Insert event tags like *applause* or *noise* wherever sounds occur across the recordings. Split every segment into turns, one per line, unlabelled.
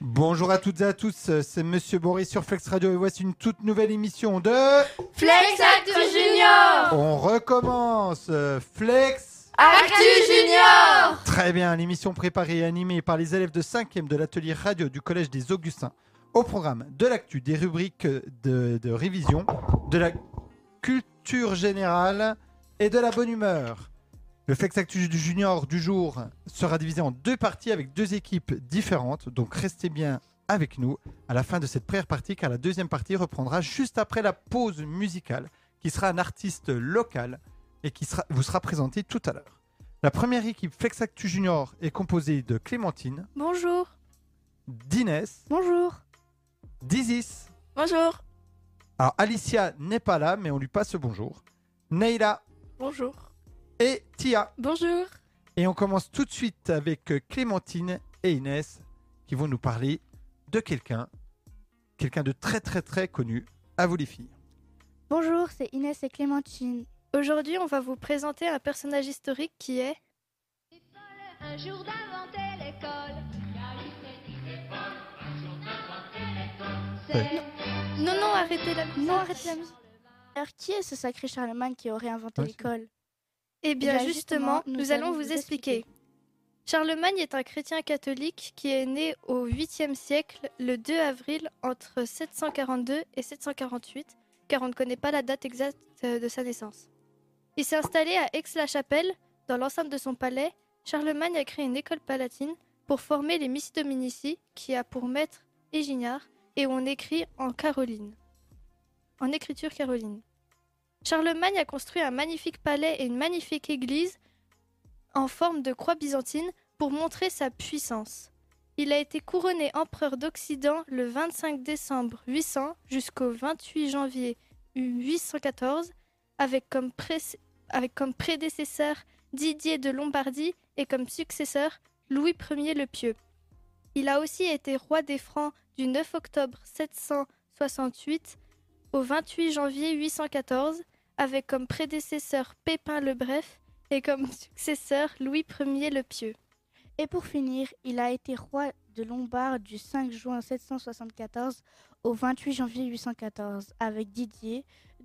Bonjour à toutes et à tous, euh, c'est Monsieur Boris sur Flex Radio et voici une toute nouvelle émission de
Flex Actu Junior
On recommence euh, Flex
Actu Junior
Très bien, l'émission préparée et animée par les élèves de 5e de l'atelier radio du Collège des Augustins. Au programme de l'actu, des rubriques de, de révision, de la culture générale et de la bonne humeur. Le Flex Actu du Junior du jour sera divisé en deux parties avec deux équipes différentes, donc restez bien avec nous à la fin de cette première partie car la deuxième partie reprendra juste après la pause musicale qui sera un artiste local et qui sera, vous sera présenté tout à l'heure. La première équipe Flex Actu Junior est composée de Clémentine,
Bonjour
d'Inès,
Bonjour
d'Isis.
Bonjour
Alors Alicia n'est pas là mais on lui passe le bonjour. Neila
Bonjour
et Tia.
Bonjour
Et on commence tout de suite avec euh, Clémentine et Inès qui vont nous parler de quelqu'un, quelqu'un de très très très connu. À vous les filles.
Bonjour, c'est Inès et Clémentine.
Aujourd'hui, on va vous présenter un personnage historique qui est...
Un jour d'inventer l'école.
Non, non, arrêtez la musique
Non, arrête la musique. Alors, qui est ce sacré Charlemagne qui aurait inventé
Ouais, c'est-
l'école
Eh bien,
Eh bien,
justement,
justement,
nous, allons vous expliquer. Charlemagne est un chrétien catholique qui est né au 8e siècle, le 2 avril, entre 742 et 748, car on ne connaît pas la date exacte euh, de sa naissance. Il s'est installé à Aix-la-Chapelle, dans l'enceinte de son palais. Charlemagne a créé une école palatine pour former les Missidominici, qui a pour maître Égignard, et où on écrit en caroline. En écriture caroline. Charlemagne a construit un magnifique palais et une magnifique église en forme de croix byzantine pour montrer sa puissance. Il a été couronné empereur d'Occident le 25 décembre 800 jusqu'au 28 janvier 814 avec comme, pré- avec comme prédécesseur Didier de Lombardie et comme successeur Louis Ier le Pieux. Il a aussi été roi des Francs du 9 octobre 768 au 28 janvier 814 avec comme prédécesseur Pépin le Bref et
*laughs*
comme successeur Louis Ier le Pieux.
Et pour finir, il a été roi de Lombard du 5 juin 774 au 28 janvier 814, avec Didier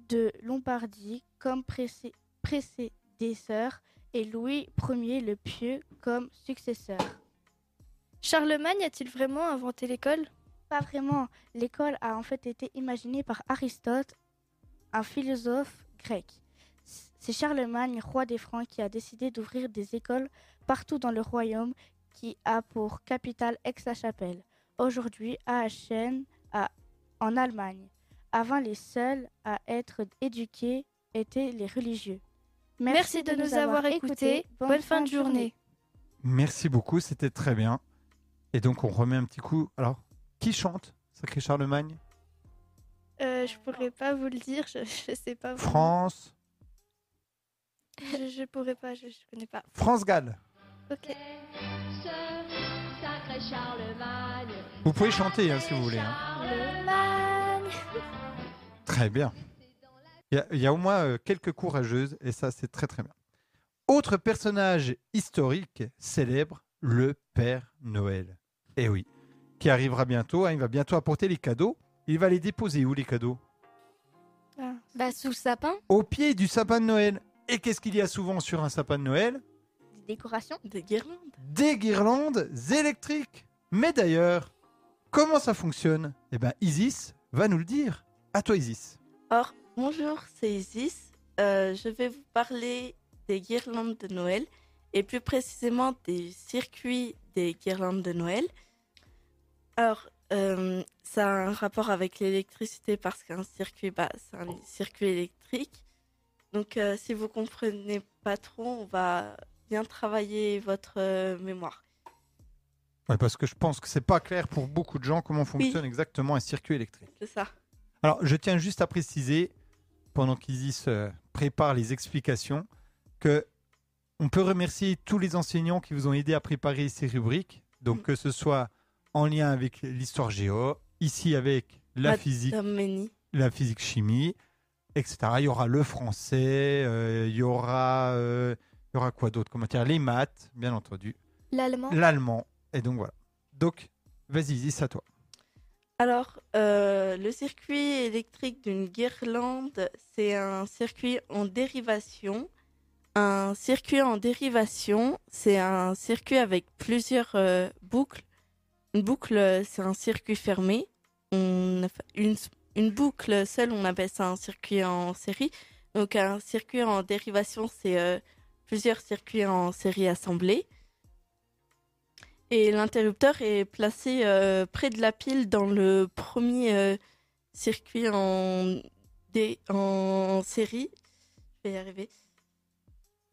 de Lombardie comme précé- prédécesseur et Louis Ier le Pieux comme successeur.
Charlemagne a-t-il vraiment inventé l'école
Pas vraiment. L'école a en fait été imaginée par Aristote, un philosophe grec. C'est Charlemagne, roi des Francs, qui a décidé d'ouvrir des écoles partout dans le royaume qui a pour capitale Aix-la-Chapelle, aujourd'hui à Aachen, à- en Allemagne. Avant, les seuls à être éduqués étaient les religieux.
Merci, de nous avoir écoutés. Bonne, fin de journée.
Merci beaucoup, c'était très bien. Et donc on remet un petit coup. Alors, qui chante Sacré Charlemagne
Euh, je pourrais pas vous le dire, je, *laughs* je sais pas. vraiment.
France
Je, je pourrais pas, je, je connais pas.
France Galles.
Ok.
Ce sacré Charlemagne.
Vous pouvez chanter hein, si vous voulez. hein.
Charlemagne.
Très bien. Il y a- il y, a au moins euh, quelques courageuses et ça c'est très très bien. Autre personnage historique célèbre, le Père Noël. Eh oui, qui arrivera bientôt. hein, il va bientôt apporter les cadeaux. Il va les déposer où les cadeaux
Ah.
Bah sous le sapin,
Au pied du sapin de Noël. Et qu'est-ce qu'il y a souvent sur un sapin de Noël
Des décorations
des guirlandes.
Des guirlandes électriques. Mais d'ailleurs, comment ça fonctionne Eh bien, Isis va nous le dire. À toi, Isis.
Or, bonjour, c'est Isis. Euh, je vais vous parler des guirlandes de Noël et plus précisément des circuits des guirlandes de Noël. Alors, euh, ça a un rapport avec l'électricité parce qu'un circuit, bah, c'est un circuit électrique. Donc, euh, si vous comprenez pas trop, on va bien travailler votre euh, mémoire.
Ouais, parce que je pense que c'est pas clair pour beaucoup de gens comment fonctionne exactement un circuit électrique.
C'est ça.
Alors, je tiens juste à préciser, pendant qu'Isis euh, prépare les explications, que on peut remercier tous les enseignants qui vous ont aidé à préparer ces rubriques. Donc,
Mm.
que ce soit en lien avec l'histoire géo, ici avec la
Madame
physique,
Méni.
la physique chimie, etc. Il y aura le français, euh, il y aura, euh, il y aura quoi d'autre Comment dire Les maths, bien entendu
L'allemand.
l'allemand. Et donc voilà. Donc, Vas-y, Isis, à toi.
Alors, euh, le circuit électrique d'une guirlande, c'est un circuit en dérivation. Un circuit en dérivation, c'est un circuit avec plusieurs euh, boucles. Une boucle, euh, c'est un circuit fermé. On- une, une boucle seule, on appelle ça un circuit en série. Donc, un circuit en dérivation, c'est euh, plusieurs circuits en série assemblés. Et l'interrupteur est placé euh, près de la pile dans le premier euh, circuit en, dé- en série. Je vais y arriver.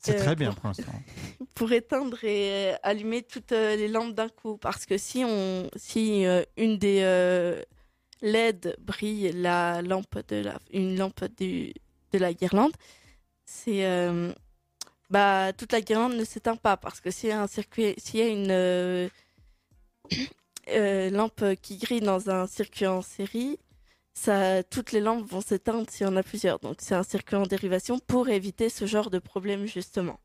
C'est
Euh,
très bien
*laughs* pour-
pour l'instant.
*laughs* Pour éteindre et euh, allumer toutes euh, les lampes d'un coup. Parce que si, on, si euh, une des euh, LED brille la lampe de la, une lampe du, de la guirlande, c'est. euh, bah, toute la guirlande ne s'éteint pas parce que s'il y a un circuit, s'il y a une euh, *coughs* euh, lampe qui grille dans un circuit en série, ça, toutes les lampes vont s'éteindre s'il y en a plusieurs. Donc c'est un circuit en dérivation pour éviter ce genre de problème justement.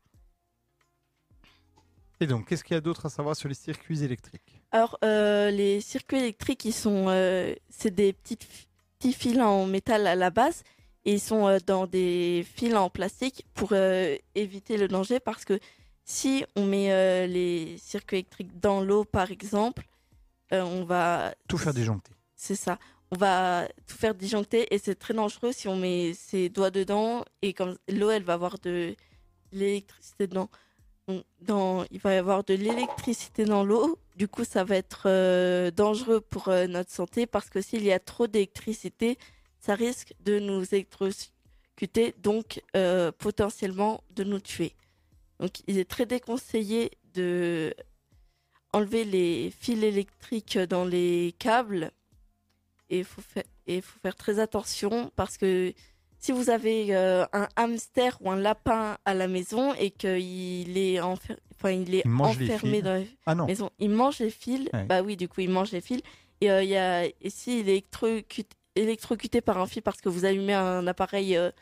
Et donc, qu'est-ce qu'il y a d'autre à savoir sur les circuits électriques
Alors euh, les circuits électriques, ils sont, euh, c'est des petites, fi- petits fils en métal à la base et ils sont euh, dans des fils en plastique pour euh, éviter le danger parce que si on met euh, les circuits électriques dans l'eau par exemple, euh, on va
Tout faire déjoncter.
C'est ça. On va tout faire disjoncter et c'est très dangereux si on met ses doigts dedans et comme l'eau, elle va avoir de l'électricité dedans. Donc, dans, il va y avoir de l'électricité dans l'eau. Du coup, ça va être euh, dangereux pour euh, notre santé parce que s'il y a trop d'électricité, ça risque de nous électrocuter, donc euh, potentiellement de nous tuer. Donc, il est très déconseillé de enlever les fils électriques dans les câbles et faut faire et faut faire très attention parce que si vous avez euh, un hamster ou un lapin à la maison et qu'il est enfer- enfin il est
Il mange les
enfermé
fils.
dans la
Ah non,
maison, il mange les fils.
Ouais.
Bah oui, du coup il mange les fils et euh, il y a et s'il est électrocuté, électrocuté par un fil parce que vous allumez un appareil euh,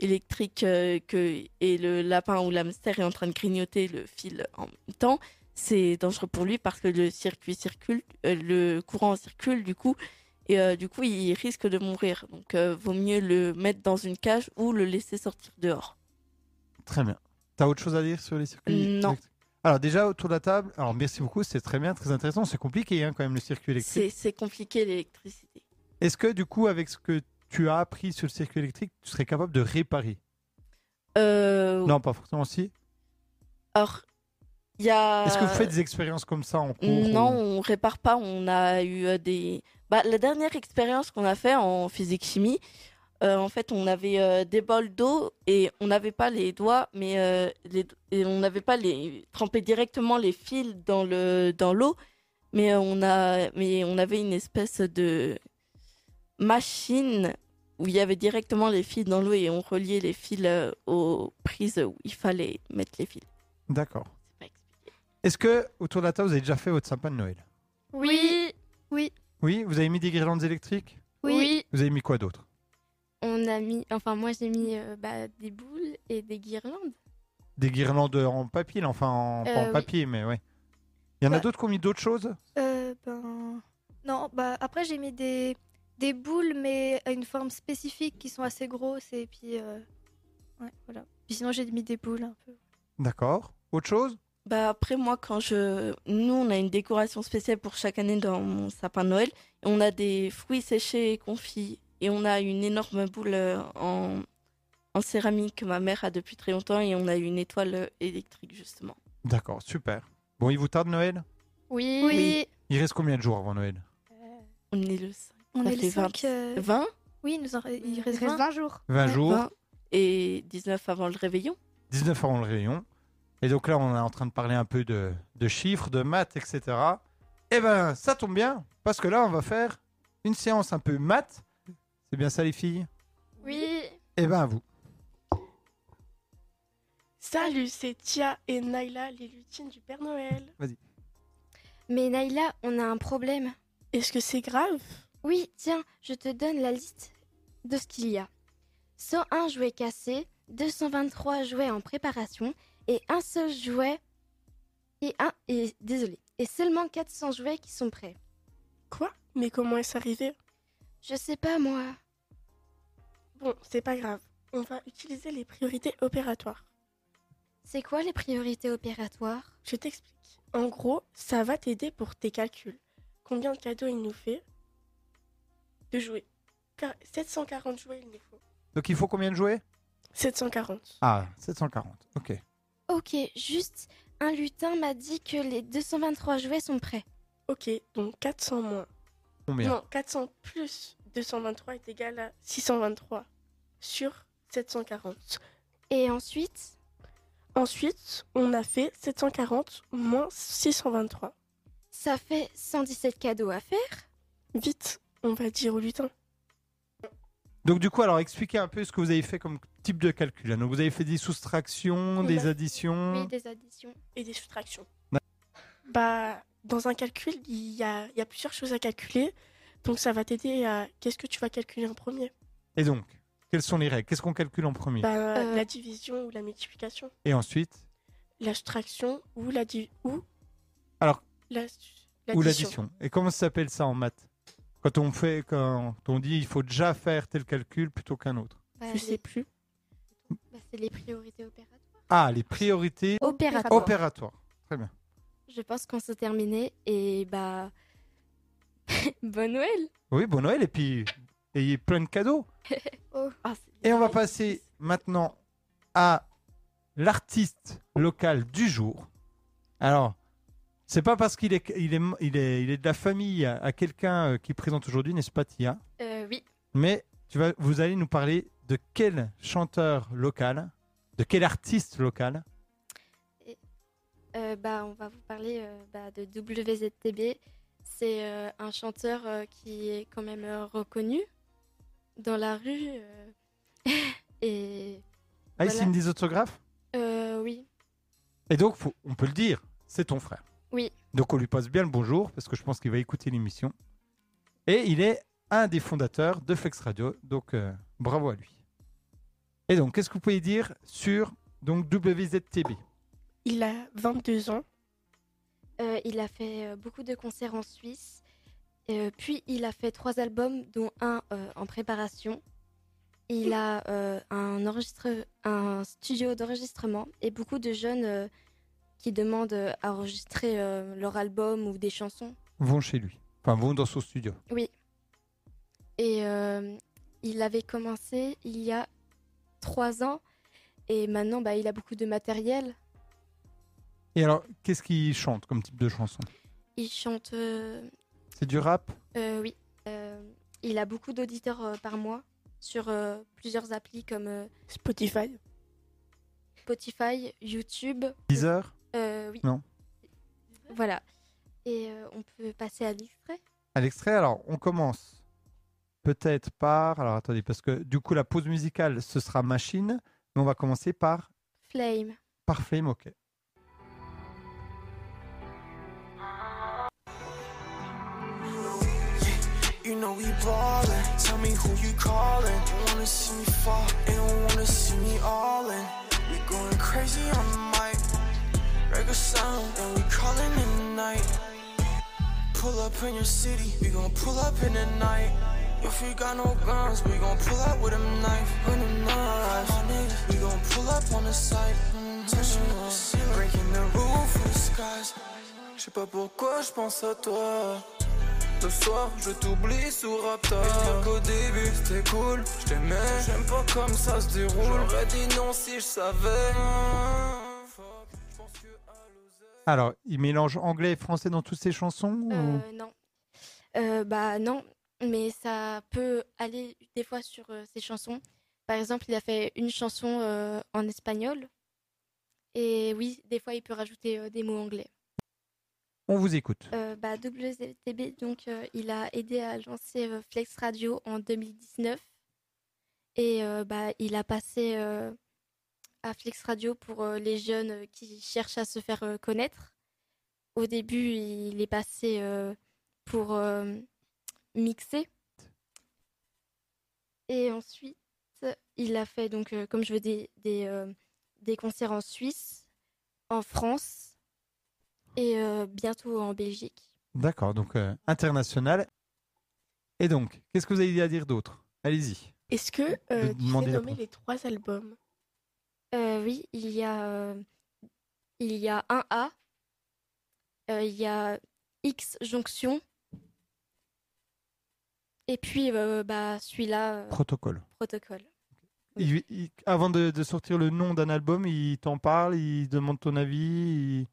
électrique euh, que et le lapin ou l'hamster est en train de grignoter le fil en même temps, c'est dangereux pour lui parce que le circuit circule, euh, le courant circule du coup et euh, du coup il risque de mourir. Donc euh, vaut mieux le mettre dans une cage ou le laisser sortir dehors.
très bien. T'as autre chose à dire sur les circuits
Mm, Non.
électriques Alors déjà, autour de la table, alors merci beaucoup, c'est très bien, très intéressant. C'est compliqué hein, quand même le circuit électrique.
C'est c'est compliqué l'électricité.
Est-ce que du coup, avec ce que tu as appris sur le circuit électrique, tu serais capable de réparer
Euh,
Non, pas forcément aussi.
Alors il y a
Est-ce que vous faites des expériences comme ça en cours ou-
Euh, Non, on répare pas. On a eu euh, des. Bah, la dernière expérience qu'on a fait en physique chimie, euh, en fait, on avait euh, des bols d'eau et on n'avait pas les doigts, mais euh, les... et on n'avait pas les trempé directement les fils dans le dans l'eau, mais euh, on a mais on avait une espèce de machine où il y avait directement les fils dans l'eau et on reliait les fils euh, aux prises où il fallait mettre les fils.
D'accord.
C'est pas expliqué.
Est-ce que autour de la table, vous avez déjà fait votre sapin de Noël
Oui. Oui.
Oui, vous avez mis des guirlandes électriques
Oui.
Oui,
Vous avez mis quoi d'autre
on a mis, enfin moi j'ai mis euh, bah, des boules et des guirlandes.
Des guirlandes en papier, là, enfin en, pas
Euh,
en
oui.
papier, mais ouais. Il y en a
Bah-
d'autres qui ont mis d'autres choses
Euh, ben. Non, bah après j'ai mis des... des boules, mais à une forme spécifique qui sont assez grosses. Et puis. euh, Ouais, voilà. Puis sinon j'ai mis des boules un peu.
D'accord. Autre chose
Bah après moi quand je nous on a une décoration spéciale pour chaque année dans mon sapin de Noël et on a des fruits séchés et confits et on a une énorme boule euh, en en céramique que ma mère a depuis très longtemps et on a une étoile euh, électrique justement.
D'accord, super. Bon, il vous tarde Noël
Oui.
Il reste combien de jours avant Noël
On est le cinq-
On
Ça
est
fait
les
20.
5. euh,
20,
Oui, il nous en... il
Il
reste 20.
reste 20 jours.
20 jours,
20 et 19 avant le réveillon.
19 avant le réveillon. Et donc là, on est en train de parler un peu de, de chiffres, de maths, etc. Eh ben, ça tombe bien, parce que là, on va faire une séance un peu maths. C'est bien ça, les filles
Oui.
Eh ben, à vous.
Salut, c'est Tia et Naila, les lutines du Père Noël.
Mais Naïla, on a un problème.
Est-ce que c'est grave
Oui, tiens, je te donne la liste de ce qu'il y a. 101 jouets cassés, 223 jouets en préparation et un seul jouet et un et désolé, et seulement 400 jouets qui sont prêts.
Mais comment est-ce arrivé
Je sais pas, moi.
Bon, c'est pas grave. On va utiliser les priorités opératoires.
C'est quoi les priorités opératoires
Je t'explique. En gros, ça va t'aider pour tes calculs. Combien de cadeaux il nous fait De jouets. Car- 740 jouets il nous faut.
Donc il faut combien de jouets
740.
Ah, 740. Ok.
Ok, juste, un lutin m'a dit que les 223 jouets sont prêts.
Ok, donc 400 moins.
Combien
Non, 400 plus 223 est égal à 623 sur 740.
Et ensuite
Ensuite, on a fait 740 moins 623.
Ça fait 117 cadeaux à faire
Vite, on va dire au lutin.
Donc du coup, alors expliquez un peu ce que vous avez fait comme type de calcul. hein. Donc vous avez fait des soustractions,
On
des
a-
additions.
Oui, des additions.
et des soustractions.
Na-
Bah, dans un calcul, il y a, il y a plusieurs choses à calculer. Donc ça va t'aider à qu'est-ce que tu vas calculer en premier
Et donc, quelles sont les règles Qu'est-ce qu'on calcule en premier
bah,
Euh.
La division ou la multiplication.
Et ensuite,
La soustraction ou la di- ou
Alors,
la,
ou l'addition. Et comment ça s'appelle ça en maths Quand on fait, quand on dit, il faut déjà faire tel calcul plutôt qu'un autre.
Bah,
Je
les-
sais plus.
bah, c'est les priorités opératoires.
Ah, les priorités
Opératoires.
opératoires.
Je pense qu'on s'est terminé et bah. *laughs* bon Noël
Oui, bon Noël et puis ayez plein de cadeaux.
Ah, c'est-
Et on va passer maintenant à l'artiste local du jour. Alors, c'est pas parce qu'il est, il est, il est, il est de la famille à, à quelqu'un euh, qui présente aujourd'hui, n'est-ce pas, Tia
Euh, oui.
Mais tu vas, vous allez nous parler de quel chanteur local, de quel artiste local.
Euh, bah, on va vous parler euh, bah, de WZTB. C'est euh, un chanteur euh, qui est quand même euh, reconnu dans la rue. euh, *laughs* et
Ah, il
Voilà.
signe des autographes
euh, oui,
Et donc, faut- on peut le dire, c'est ton frère.
Oui.
Donc, on lui passe bien le bonjour parce que je pense qu'il va écouter l'émission. Et il est un des fondateurs de Flex Radio. Donc, euh, bravo à lui. Et donc, qu'est-ce que vous pouvez dire sur donc, WZTB
Il a 22 ans.
Euh, il a fait euh, beaucoup de concerts en Suisse. Euh, puis il a fait trois albums, dont un euh, en préparation. Il a euh, un, enregistre- un studio d'enregistrement et beaucoup de jeunes euh, qui demandent euh, à enregistrer euh, leur album ou des chansons.
Vont chez lui. Enfin, vont dans son studio.
Et euh, il avait commencé il y a trois ans et maintenant bah, il a beaucoup de matériel.
Et alors, qu'est-ce qu'il chante comme type de chanson
Il chante, euh,
C'est du rap
Euh, oui. Euh, il a beaucoup d'auditeurs euh, par mois sur euh, plusieurs applis comme euh,
Spotify.
Spotify, YouTube.
Deezer
Euh, oui.
Non.
Voilà. Et euh, on peut passer à l'extrait.
À l'extrait, alors, on commence peut-être par. Alors, attendez, parce que du coup, la pause musicale, ce sera Machine. Mais on va commencer par
Flame.
Parfait, ok.
You know we ballin'. Tell me who you callin'. Don't wanna see me fall and don't wanna see me all in. We going crazy on the mic. Regular sound and we callin' it a night. Pull up in your city, we gon' pull up in the night. If we got no guns, we gon' pull up with a knife. With a knife, My niggas, we gon' pull up on the site. Touching the ceiling, breaking the roof of the skies. Je sais pas pourquoi je pense à toi. Ce soir, je t'oublie sous Raptor. J'étais qu'au début, c'était cool, je t'aimais. J'aime pas comme ça se déroule. J'aurais dit non si je savais. Fuck, je pense que à l'oseille.
Alors, il mélange anglais et français dans toutes ses chansons ou-
Euh, non. Euh, bah non. Mais ça peut aller des fois sur euh, ses chansons. Par exemple, il a fait une chanson euh, en espagnol. Et oui, des fois, il peut rajouter euh, des mots anglais.
On vous écoute.
Euh, bah, WZTB, donc, euh, il a aidé à lancer euh, Flex Radio en 2019. Et euh, bah, il a passé euh, à Flex Radio pour euh, les jeunes euh, qui cherchent à se faire euh, connaître. Au début, il est passé euh, pour euh, mixer. Et ensuite, il a fait, donc, euh, comme je veux, des, des, euh, des concerts en Suisse, en France et euh, bientôt en Belgique.
D'accord, donc euh, international. Et donc, qu'est-ce que vous avez à dire d'autre Allez-y.
Est-ce que euh, tu
demander
sais
la
nommer
preuve.
les trois albums
Euh, oui, il y a, euh, il y a un A, euh, il y a X jonction, et puis euh, bah, celui-là, euh,
Protocole.
protocole.
Il- il- avant de, de sortir le nom d'un album, il t'en parle, il demande ton avis, il,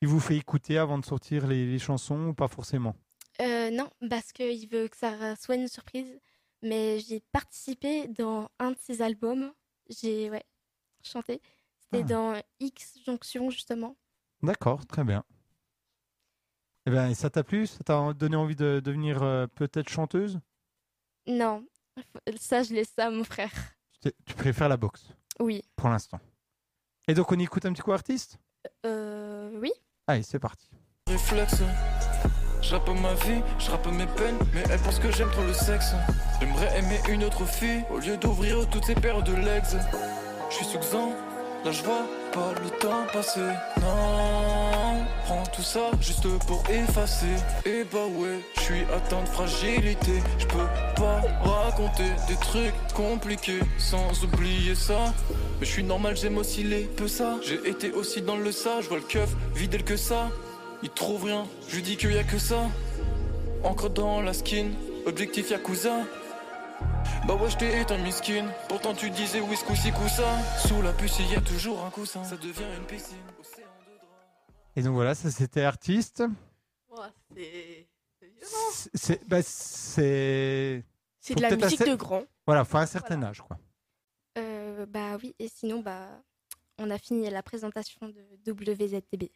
il vous fait écouter avant de sortir les, les chansons ou pas forcément.
Euh, non, parce qu'il veut que ça soit une surprise, mais j'ai participé dans un de ses albums, j'ai ouais, chanté, c'était
Ah.
dans X jonction justement.
D'accord, très bien. Eh ben, et ça t'a plu Ça t'a donné envie de devenir euh, peut-être chanteuse
Non, faut- ça je laisse ça à mon frère,
Tu t'es- Tu préfères la boxe
oui.
pour l'instant. Et donc on écoute un petit coup artiste
Euh, oui.
Allez, c'est parti.
Réflexe. Je rappe ma vie, je rappe mes peines, mais elle pense que j'aime trop le sexe. J'aimerais aimer une autre fille au lieu d'ouvrir toutes ces paires de legs. Je suis suxant, là je vois pas le temps passer. Non, prends tout ça juste pour effacer. Et bah ouais, je suis atteint de fragilité. Je peux pas raconter des trucs compliqués sans oublier ça. Mais je suis normal, j'aime aussi les peu ça. J'ai été aussi dans le ça, je vois le keuf videl que ça. Il trouve rien, je lui dis qu'il y a que ça. Encore dans la skin, objectif Yakuza. Bah ouais, j't'ai éteint miskin. Pourtant, tu disais oui, ce coup-ci, coup-ça. Sous la puce, il y a toujours un coussin. Ça devient une piscine. océan de draps.
Et donc voilà, ça c'était artiste.
Ouah, c'est c'est violent.
C'est- C'est bah, c'est-
C'est
Faut
de la
peut-être
musique
assez-
de grand.
voilà, faut un certain âge quoi.
Euh, bah oui, et sinon, bah, on a fini la présentation de WZTB.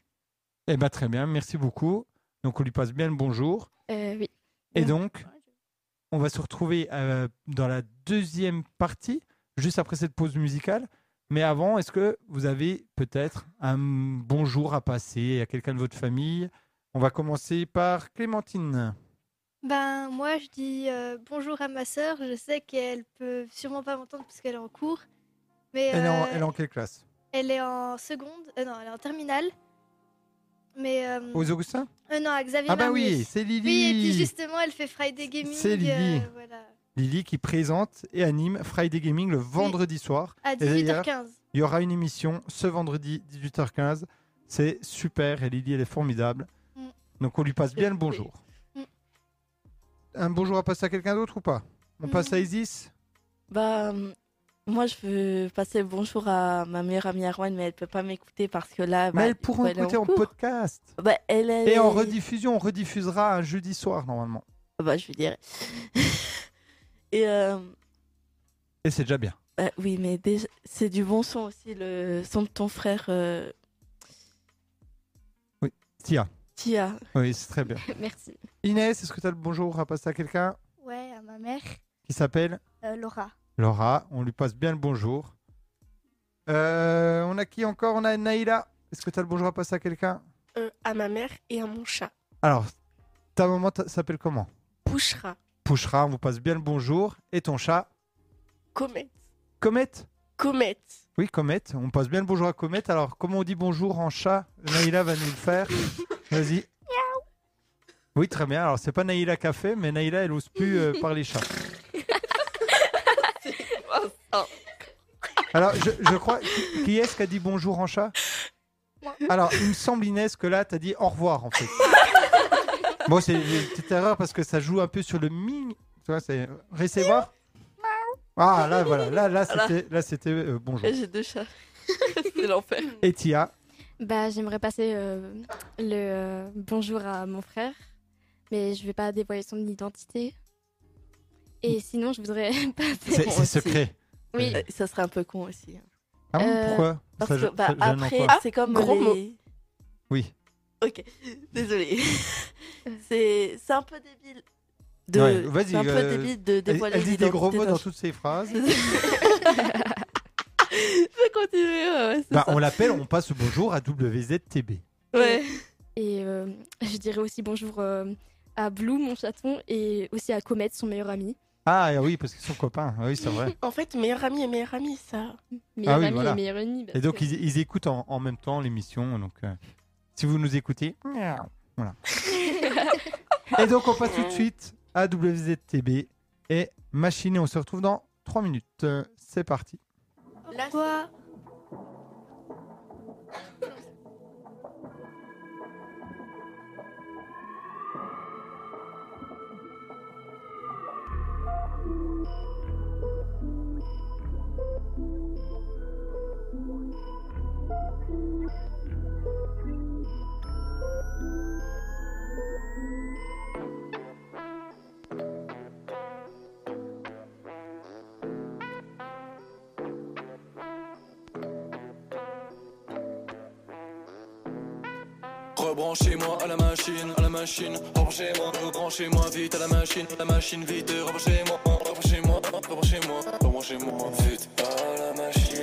Eh ben très bien, merci beaucoup. Donc on lui passe bien le bonjour.
Euh, oui,
Et
Ouais.
donc, on va se retrouver euh, dans la deuxième partie, juste après cette pause musicale. Mais avant, est-ce que vous avez peut-être un bonjour à passer à quelqu'un de votre famille On va commencer par Clémentine.
Ben, moi, je dis euh, bonjour à ma sœur. Je sais qu'elle peut sûrement pas m'entendre parce qu'elle est en cours. Mais
Elle est, en,
euh,
elle est en quelle classe
elle est en seconde. euh, non, elle est en terminale. Mais. euh,
hmm.
Aux Augustins
euh, non, à Xavier
Ah bah
Marmier.
oui, c'est Lily.
Oui, et puis justement, elle fait Friday Gaming.
C'est Lily.
euh, voilà,
Lily qui présente et anime Friday Gaming le vendredi soir.
à
d'ailleurs,
18h15.
Il y aura une émission ce vendredi 18h15. C'est super et Lily, elle est formidable.
Mm.
Donc on lui passe bien le
Oui.
bonjour.
Mm.
Un bonjour à passer à quelqu'un d'autre ou pas On
Mm.
passe à Isis
Bah, euh, moi, je veux passer le bonjour à ma meilleure amie Arwen, mais elle peut pas m'écouter parce que là. bah,
Mais elles
du coup,
pourront
elle est
écouter en
cours.
podcast.
Bah, elle, elle
Et en
est-
rediffusion, on rediffusera un jeudi soir normalement.
Ah Bah, je lui dirai. *laughs* Et euh,
Et c'est déjà bien.
bah, oui, mais déjà, c'est du bon son aussi, le son de ton frère euh,
Tia.
Tia.
Oui, c'est
*laughs*
très bien.
merci.
Inès, est-ce que tu as le bonjour à passer à quelqu'un
Ouais, à ma mère,
qui s'appelle
euh, Laura.
Laura On lui passe bien le bonjour. Euh, on a qui encore On a Naïla. Est-ce que tu as le bonjour à passer à quelqu'un
euh, à ma mère et à mon chat.
Alors, ta maman t- s'appelle comment
Pouchera,
Pouchera, on vous passe bien le bonjour. Et ton chat,
Comet,
Comet
Comet.
Oui, Comet. On passe bien le bonjour à Comet. Alors, comment on dit bonjour en chat Naïla va nous le faire.
*laughs*
Vas-y. Oui, très bien. Alors, c'est pas Naïla qui a fait, mais Naïla, elle ose plus
*laughs*
euh, parler chat. Alors, je, je crois. qui- Qui est-ce qui a dit bonjour en chat Alors, il me semble, Inès, que là, t'as dit au revoir, en
*laughs*
fait. Bon, c'est une petite erreur parce que ça joue un peu sur le ming. Tu vois, c'est recevoir. Ah, là, voilà. Là, là, c'était, là, c'était euh, bonjour.
Et J'ai deux chats. c'est l'enfer.
Et Tia,
Bah, j'aimerais passer euh, le euh, bonjour à mon frère, mais je vais pas dévoiler son identité. Et sinon, je voudrais *laughs* passer.
*laughs*
c'est,
bon
c'est
aussi.
secret.
Oui,
Euh, Ça serait un peu con aussi. hein.
Ah bon,
Euh,
pourquoi
Parce
Ça, je-
que bah,
ça gêne en
après,
quoi
c'est comme
gros
les-
Oui.
Ok, désolé. *laughs* c'est c'est un peu débile. De...
Ouais, vas-y,
c'est un peu
euh,
débile de
Elle,
dévoiler
elle dit des gros
l'identité
mots
d'un
dans
chat.
toutes ses
*laughs*
phrases.
Je vais continuer, ouais, ouais, c'est
Bah,
ça.
on l'appelle, on passe le bonjour à WZTB.
*laughs* Ouais.
et euh, je dirais aussi bonjour euh, à Blue, mon chaton, et aussi à Comet, son meilleur ami.
Ah oui, parce qu'ils sont copains. Ah Oui, c'est vrai.
En fait, meilleur ami et meilleur ami, ça.
Meilleur
Ah oui,
ami
voilà.
et meilleur ennemi.
Et
parce
donc,
que-
ils, ils écoutent en, en même temps l'émission. Donc, euh, *laughs* si vous nous écoutez, miaou, voilà. Et donc, on passe tout de suite AWZTB et Machine. Et on se retrouve dans 3 minutes. Euh, C'est parti.
Là,
Quoi
Rebranchez-moi à la machine, à la machine, rebranchez-moi, rebranchez-moi vite à la machine, la machine vite, rebranchez-moi, rebranchez-moi, rebranchez-moi, rebranchez-moi vite à la machine.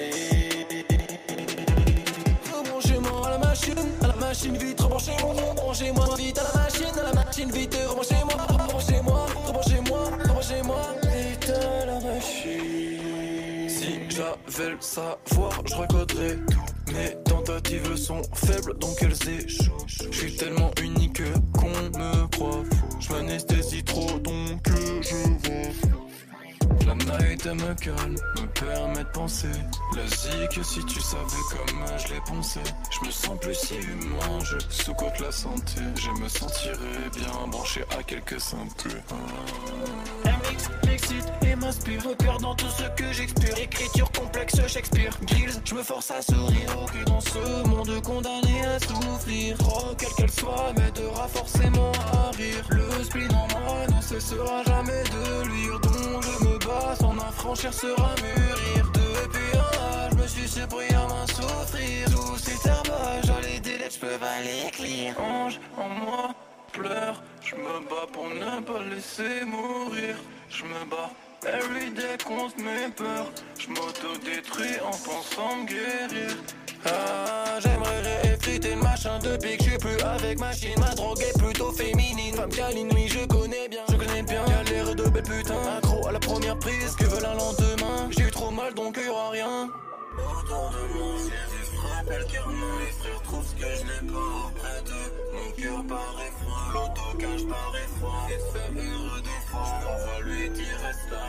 Rebranchez-moi à la machine, à la machine vite, rebranchez-moi, rebranchez-moi vite à la machine, à la machine vite, rebranchez-moi, rebranchez-moi, rebranchez-moi, rebranchez-moi vite à la machine. Si j'avais le savoir, je raconterais tout. Mes tentatives sont faibles, donc elles échouent. Je suis tellement unique qu'on me croit fou. Je m'anesthésie trop, donc euh, je vois flou. La night elle me calme, me permet de penser. La zik, si tu savais comme je l'ai pensé. Je me sens plus si humain, je sous-cote la santé. Je me sentirais bien branché à quelques synthés. Elle m'excite et m'inspire, cœur dans tout ce que j'expire. Écriture complexe, Shakespeare, Gills, je me force à sourire. Que dans ce monde condamné à souffrir, oh, quelle qu'elle soit, m'aidera forcément à rire. Le spleen en moi ne cessera jamais de luire. Dont je me bats, s'en affranchir sera mûrir. Depuis un âge, je me suis surpris à m'en souffrir. Tous ces herbages, à les délais, je peux pas l'écrire. Ange en moi pleure, je me bats pour ne pas laisser mourir. Je me bats every day contre mes peurs. Je m'auto-détruis en pensant me guérir. Ah, j'aimerais réeffriter le machin depuis que je suis plus avec machine. Ma drogue est plutôt féminine. Femme câline, oui, je connais bien. Je connais bien galère de belle putain. Accro à la première prise, que veulent un lendemain. J'ai eu trop mal donc y aura rien. Autour de moi, il y a des frappes, le karma, les frères trouvent ce que je n'ai pas auprès d'eux. Mon cœur paraît froid, l'autocage paraît froid, et ça me redéfend. Je m'envoie lui dire reste là.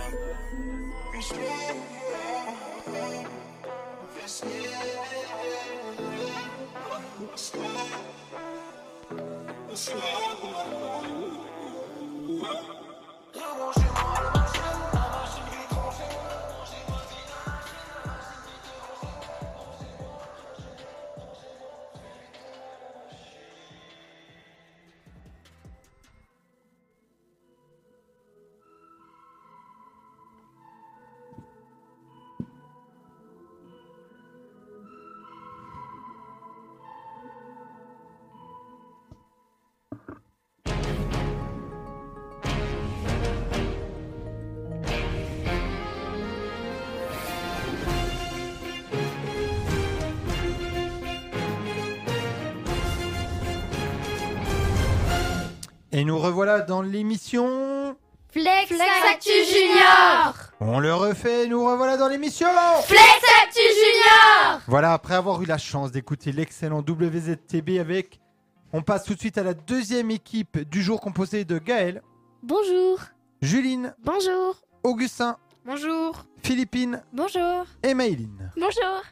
Et nous revoilà dans l'émission.
Flex, Actu Junior
On le refait, nous revoilà dans l'émission.
Flex Actu Junior
Voilà, après avoir eu la chance d'écouter l'excellent WZTB avec. On passe tout de suite à la deuxième équipe du jour composée de Gaël,
Bonjour.
Juline,
Bonjour.
Augustin,
Bonjour.
Philippine
Bonjour.
et Maïline.
Bonjour.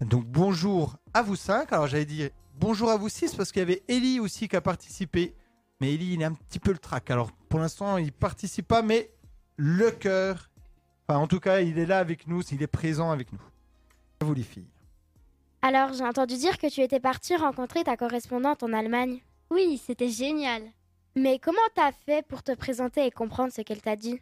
Donc bonjour à vous cinq. Alors j'allais dire bonjour à vous six parce qu'il y avait Ellie aussi qui a participé. Mais Ellie, il a un petit peu le trac. Alors pour l'instant, il participe pas, mais le cœur. Enfin, en tout cas, il est là avec nous, il est présent avec nous. À vous les filles.
Alors, j'ai entendu dire que tu étais partie rencontrer ta correspondante en Allemagne.
Oui, c'était génial.
Mais comment t'as fait pour te présenter et comprendre ce qu'elle t'a dit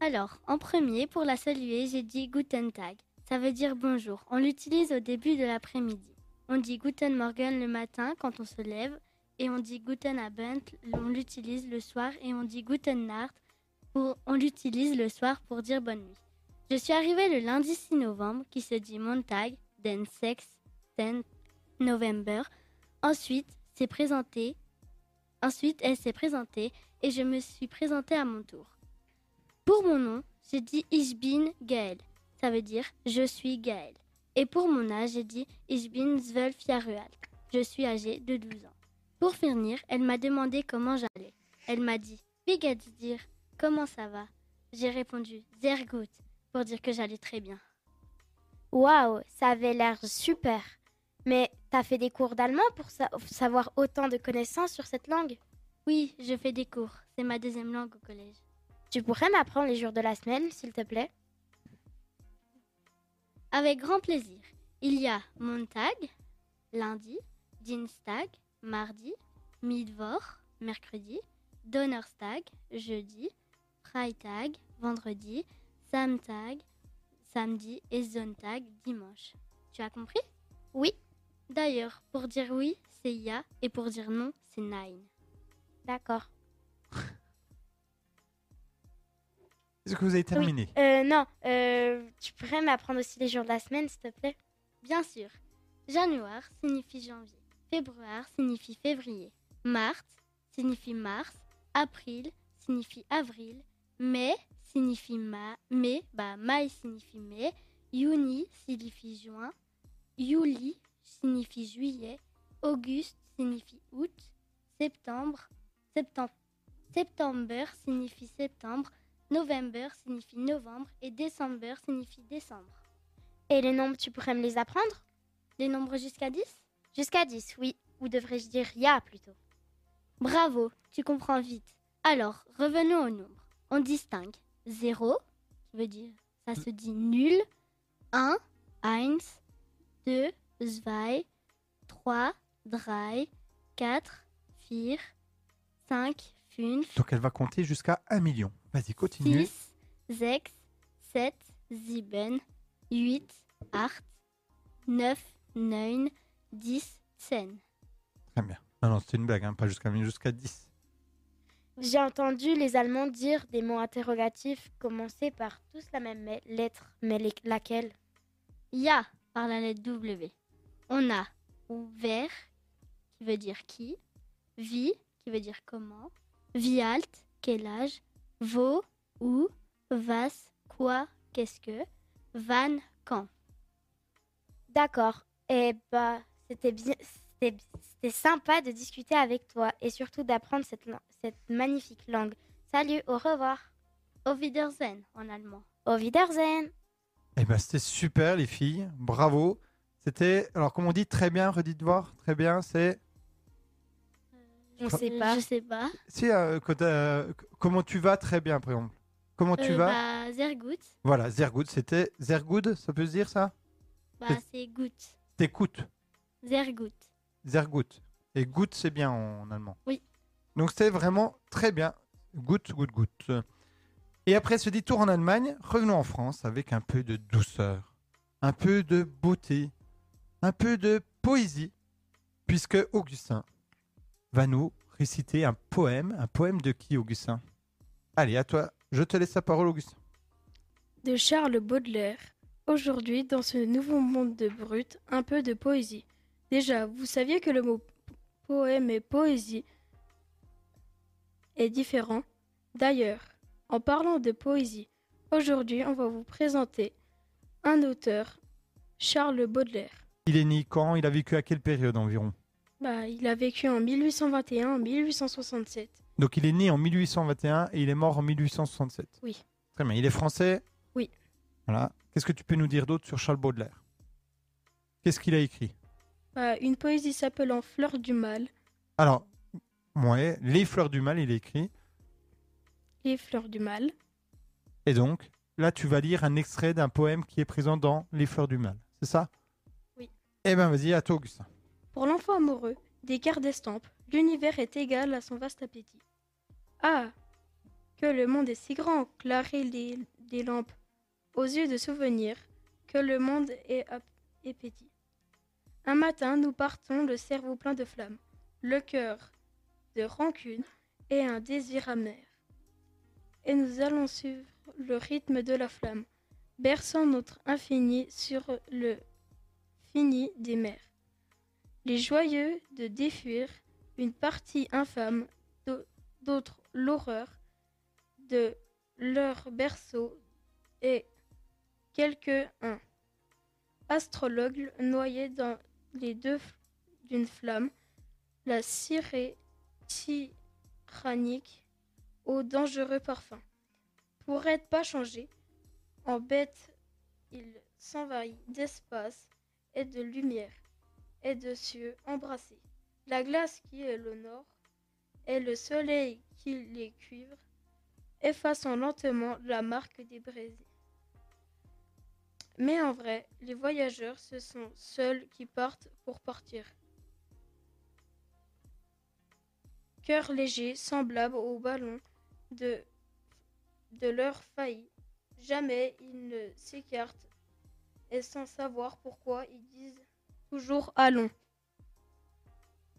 Alors, en premier, pour la saluer, j'ai dit Guten Tag. Ça veut dire bonjour. On l'utilise au début de l'après-midi. On dit Guten Morgen le matin quand on se lève et on dit Guten Abend, on l'utilise le soir et on dit Guten Nacht, pour, on l'utilise le soir pour dire bonne nuit. Je suis arrivée le lundi 6 novembre qui se dit Montag, den 6, den November. Ensuite, c'est présenté. Ensuite, elle s'est présentée et je me suis présentée à mon tour. Pour mon nom, j'ai dit Ich bin Gaël. Ça veut dire je suis Gaël. Et pour mon âge, j'ai dit Ich bin zwölf Jahre alt. Je suis âgée de 12 ans. Pour finir, elle m'a demandé comment j'allais. Elle m'a dit Big a dit dire Comment ça va J'ai répondu Sehr gut pour dire que j'allais très bien.
Oh,
Waouh, ça avait l'air super. Mais t'as fait des cours d'allemand pour sa- savoir autant de connaissances sur cette langue
Oui, je fais des cours. C'est ma deuxième langue au collège.
Tu pourrais m'apprendre les jours de la semaine, s'il te plaît
Avec grand plaisir. Il y a Montag, lundi, Dienstag, mardi, Mittwoch, mercredi, Donnerstag, jeudi, Freitag, vendredi, Samtag, samedi et Sonntag, dimanche. Tu as compris
Oui.
D'ailleurs, pour dire oui, c'est ya et pour dire non, c'est nein.
D'accord.
Est-ce que vous avez
Oui.
terminé
Euh, non, euh, tu pourrais m'apprendre aussi les jours de la semaine, s'il te plaît
Bien sûr. Januar signifie janvier. Février signifie février. Mars signifie mars. Avril signifie avril. Mai signifie ma mai. Bah, mai signifie mai. Juni signifie juin. Juli signifie juillet. Auguste signifie août. Septembre, septembre, septembre signifie septembre. Novembre signifie novembre. Et décembre signifie décembre.
Et les nombres, tu pourrais me les apprendre
Les nombres jusqu'à 10
Jusqu'à 10, oui. Ou devrais-je dire ya plutôt
Bravo, tu comprends vite. Alors, revenons aux nombres. On distingue 0, qui veut dire ça se dit nul, 1, 1, 2, 2, 3, 3, 4, 4, 5, 5,
Donc elle va compter jusqu'à 1 million. Vas-y, continue.
6, 6, 7, 7, 8, 8, 9, 9, 10, 10.
Très bien. Non, non, c'était une blague, hein, pas jusqu'à 1 million, jusqu'à 10.
J'ai entendu les Allemands dire des mots interrogatifs commencés par tous la même me- lettre, mais les- laquelle
Ya par la lettre W. On a ouvert qui veut dire qui, vie qui veut dire comment, vie halte quel âge, vos où, vas quoi qu'est-ce que, van quand.
D'accord. Eh bah, c'était bien, c'était, c'était sympa de discuter avec toi et surtout d'apprendre cette, lan- cette magnifique langue. Salut, au revoir.
Au Wiedersehen en allemand.
Au Wiedersehen.
Eh ben, c'était super, les filles. Bravo. C'était, alors, comme on dit, très bien, redites voir. Très bien, c'est.
On
Tra-
sait pas.
Je sais pas.
Si, euh, quand, euh, c- comment tu vas Très bien, par exemple. Comment tu
Euh,
vas
bah, Sehr gut.
Voilà, sehr good, c'était sehr good, ça peut se dire ça
Bah, c'est gut.
T'écoutes,
Sehr gut.
sehr good. Et good, c'est bien en allemand.
Oui.
Donc c'était vraiment très bien. Good, good, good. Et après ce détour en Allemagne, revenons en France avec un peu de douceur, un peu de beauté, un peu de poésie, puisque Augustin va nous réciter un poème. Un poème de qui, Augustin Allez, à toi. Je te laisse la parole, Augustin.
de Charles Baudelaire. Aujourd'hui, dans ce nouveau monde de brut, un peu de poésie. Déjà, vous saviez que le mot poème et poésie est différent. D'ailleurs, en parlant de poésie, aujourd'hui, on va vous présenter un auteur, Charles Baudelaire.
Il est né quand Il a vécu à quelle période environ
Bah, il a vécu en 1821-1867.
Donc il est né en 1821 et il est mort en 1867.
Oui.
Très bien. Il est français.
Oui.
Voilà. Qu'est-ce que tu peux nous dire d'autre sur Charles Baudelaire Qu'est-ce qu'il a écrit
Bah, une poésie s'appelant Fleur du mal,
Alors, ouais, Les Fleurs du Mal, il a écrit.
les fleurs du mal.
Et donc, là, tu vas lire un extrait d'un poème qui est présent dans Les Fleurs du Mal. C'est ça
Oui.
Eh bien, vas-y, à toi, Augustin.
Pour l'enfant amoureux, des quarts d'estampes, l'univers est égal à son vaste appétit. Ah Que le monde est si grand, claré des, des lampes, aux yeux de souvenirs, que le monde est, ap- est petit. Un matin, nous partons, le cerveau plein de flammes, le cœur de rancune et un désir amer. Et nous allons suivre le rythme de la flamme, berçant notre infini sur le fini des mers les joyeux de défuir une partie infâme, d'au- d'autres l'horreur de leur berceau et quelques-uns. Astrologue noyé dans les deux f- d'une flamme, la cirée tyrannique au dangereux parfum. Pour être pas changé, en bête, il s'envahit d'espace et de lumière, et de cieux embrassés. La glace qui est le nord, et le soleil qui les cuivre, effaçant lentement la marque des brisés. Mais en vrai, les voyageurs, ce sont seuls qui partent pour partir. Cœur léger, semblable au ballon de, de leur faillite. Jamais ils ne s'écartent et sans savoir pourquoi ils disent toujours allons.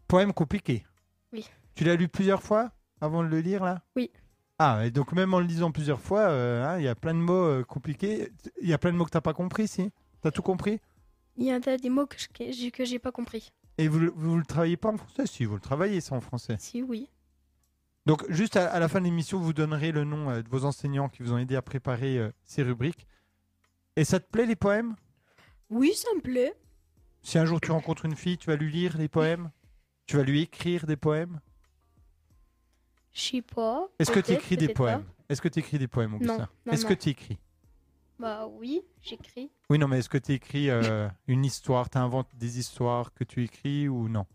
Poème compliqué.
Oui.
Tu l'as lu plusieurs fois avant de le lire là
Oui.
Ah, et donc même en le lisant plusieurs fois, euh, hein, il y a plein de mots euh, compliqués. Il y a plein de mots que t'as pas compris, si T'as tout compris
Il y a des des mots que je- que j'ai pas compris.
Et vous, le- vous le travaillez pas en français Si, vous le travaillez ça en français.
Si, oui.
Donc juste à, à la fin de l'émission, vous donnerez le nom euh, de vos enseignants qui vous ont aidé à préparer euh, ces rubriques. Et ça te plaît les poèmes
Oui, ça me plaît.
Si un jour tu rencontres une fille, tu vas lui lire les poèmes Tu vas lui écrire des poèmes
Je sais pas.
Est-ce que tu
peut-être,
écris des
peut-être pas.
poèmes Est-ce que tu écris des poèmes, Augustin
non,
Est-ce
non.
que tu écris
Bah oui, j'écris.
Oui, non, mais est-ce que tu écris euh, une histoire Tu inventes des histoires que tu écris ou non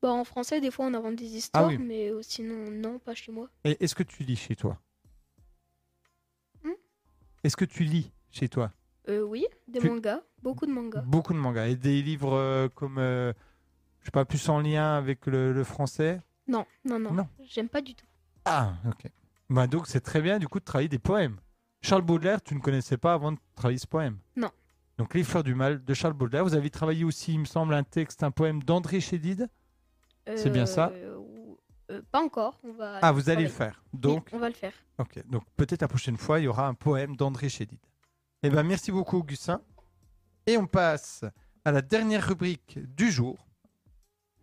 Bah en français, des fois, on invente des histoires,
Ah oui.
mais euh, sinon, non, pas chez moi.
Et est-ce que tu lis chez toi
Hmm
Est-ce que tu lis chez toi
Euh, oui, des
Tu-
mangas, beaucoup de mangas.
Beaucoup de mangas. Et des livres euh, comme, euh, je sais pas, plus en lien avec le, le français
Non, non, non.
Non.
J'aime pas du tout.
Ah, ok. Bah, donc c'est très bien du coup de travailler des poèmes. Charles Baudelaire, tu ne connaissais pas avant de travailler ce poème.
Non.
Donc Les Fleurs du Mal de Charles Baudelaire. Vous avez travaillé aussi, il me semble, un texte, un poème d'André Chédid. C'est bien ça.
Euh, ou- euh, pas encore. On va
Ah, vous allez le
travailler.
faire. Donc-
Oui, on va le faire.
Ok, donc peut-être la prochaine fois, il y aura un poème d'André Chédid. Eh ben, merci beaucoup, Augustin. Et on passe à la dernière rubrique du jour.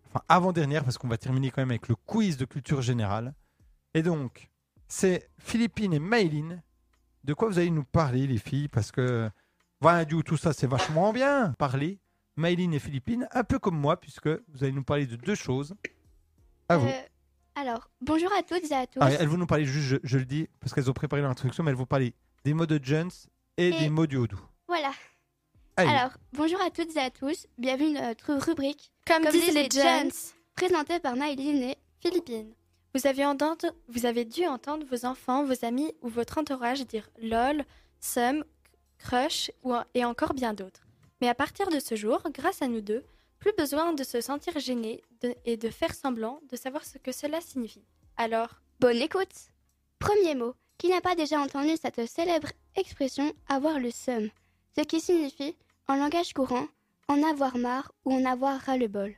Enfin, avant-dernière, parce qu'on va terminer quand même avec le quiz de culture générale. Et donc, c'est Philippine et Maëline. De quoi vous allez nous parler, les filles Parce que du tout ça, c'est vachement bien. Parler, Maëline et Philippine, un peu comme moi, puisque vous allez nous parler de deux choses. À vous.
Euh, alors, bonjour à toutes et à tous.
Ah, elles vont nous parler juste, je, je le dis, parce qu'elles ont préparé leur introduction, mais elles vont parler des mots de Jones et,
Et-
des mots du Houdou.
Voilà.
Allez.
Alors, bonjour à toutes et à tous. Bienvenue dans notre rubrique
Comme disent les Jones.
présentée par Naïline et Philippine.
Vous avez, entendre- vous avez dû entendre vos enfants, vos amis ou votre entourage dire lol, sum, crush ou en- et encore bien d'autres. Mais à partir de ce jour, grâce à nous deux, plus besoin de se sentir gêné de- et de faire semblant de savoir ce que cela signifie. Alors,
Bonne écoute. Premier mot. Qui n'a pas déjà entendu cette célèbre expression avoir le seum Ce qui signifie, en langage courant, en avoir marre ou en avoir ras-le-bol.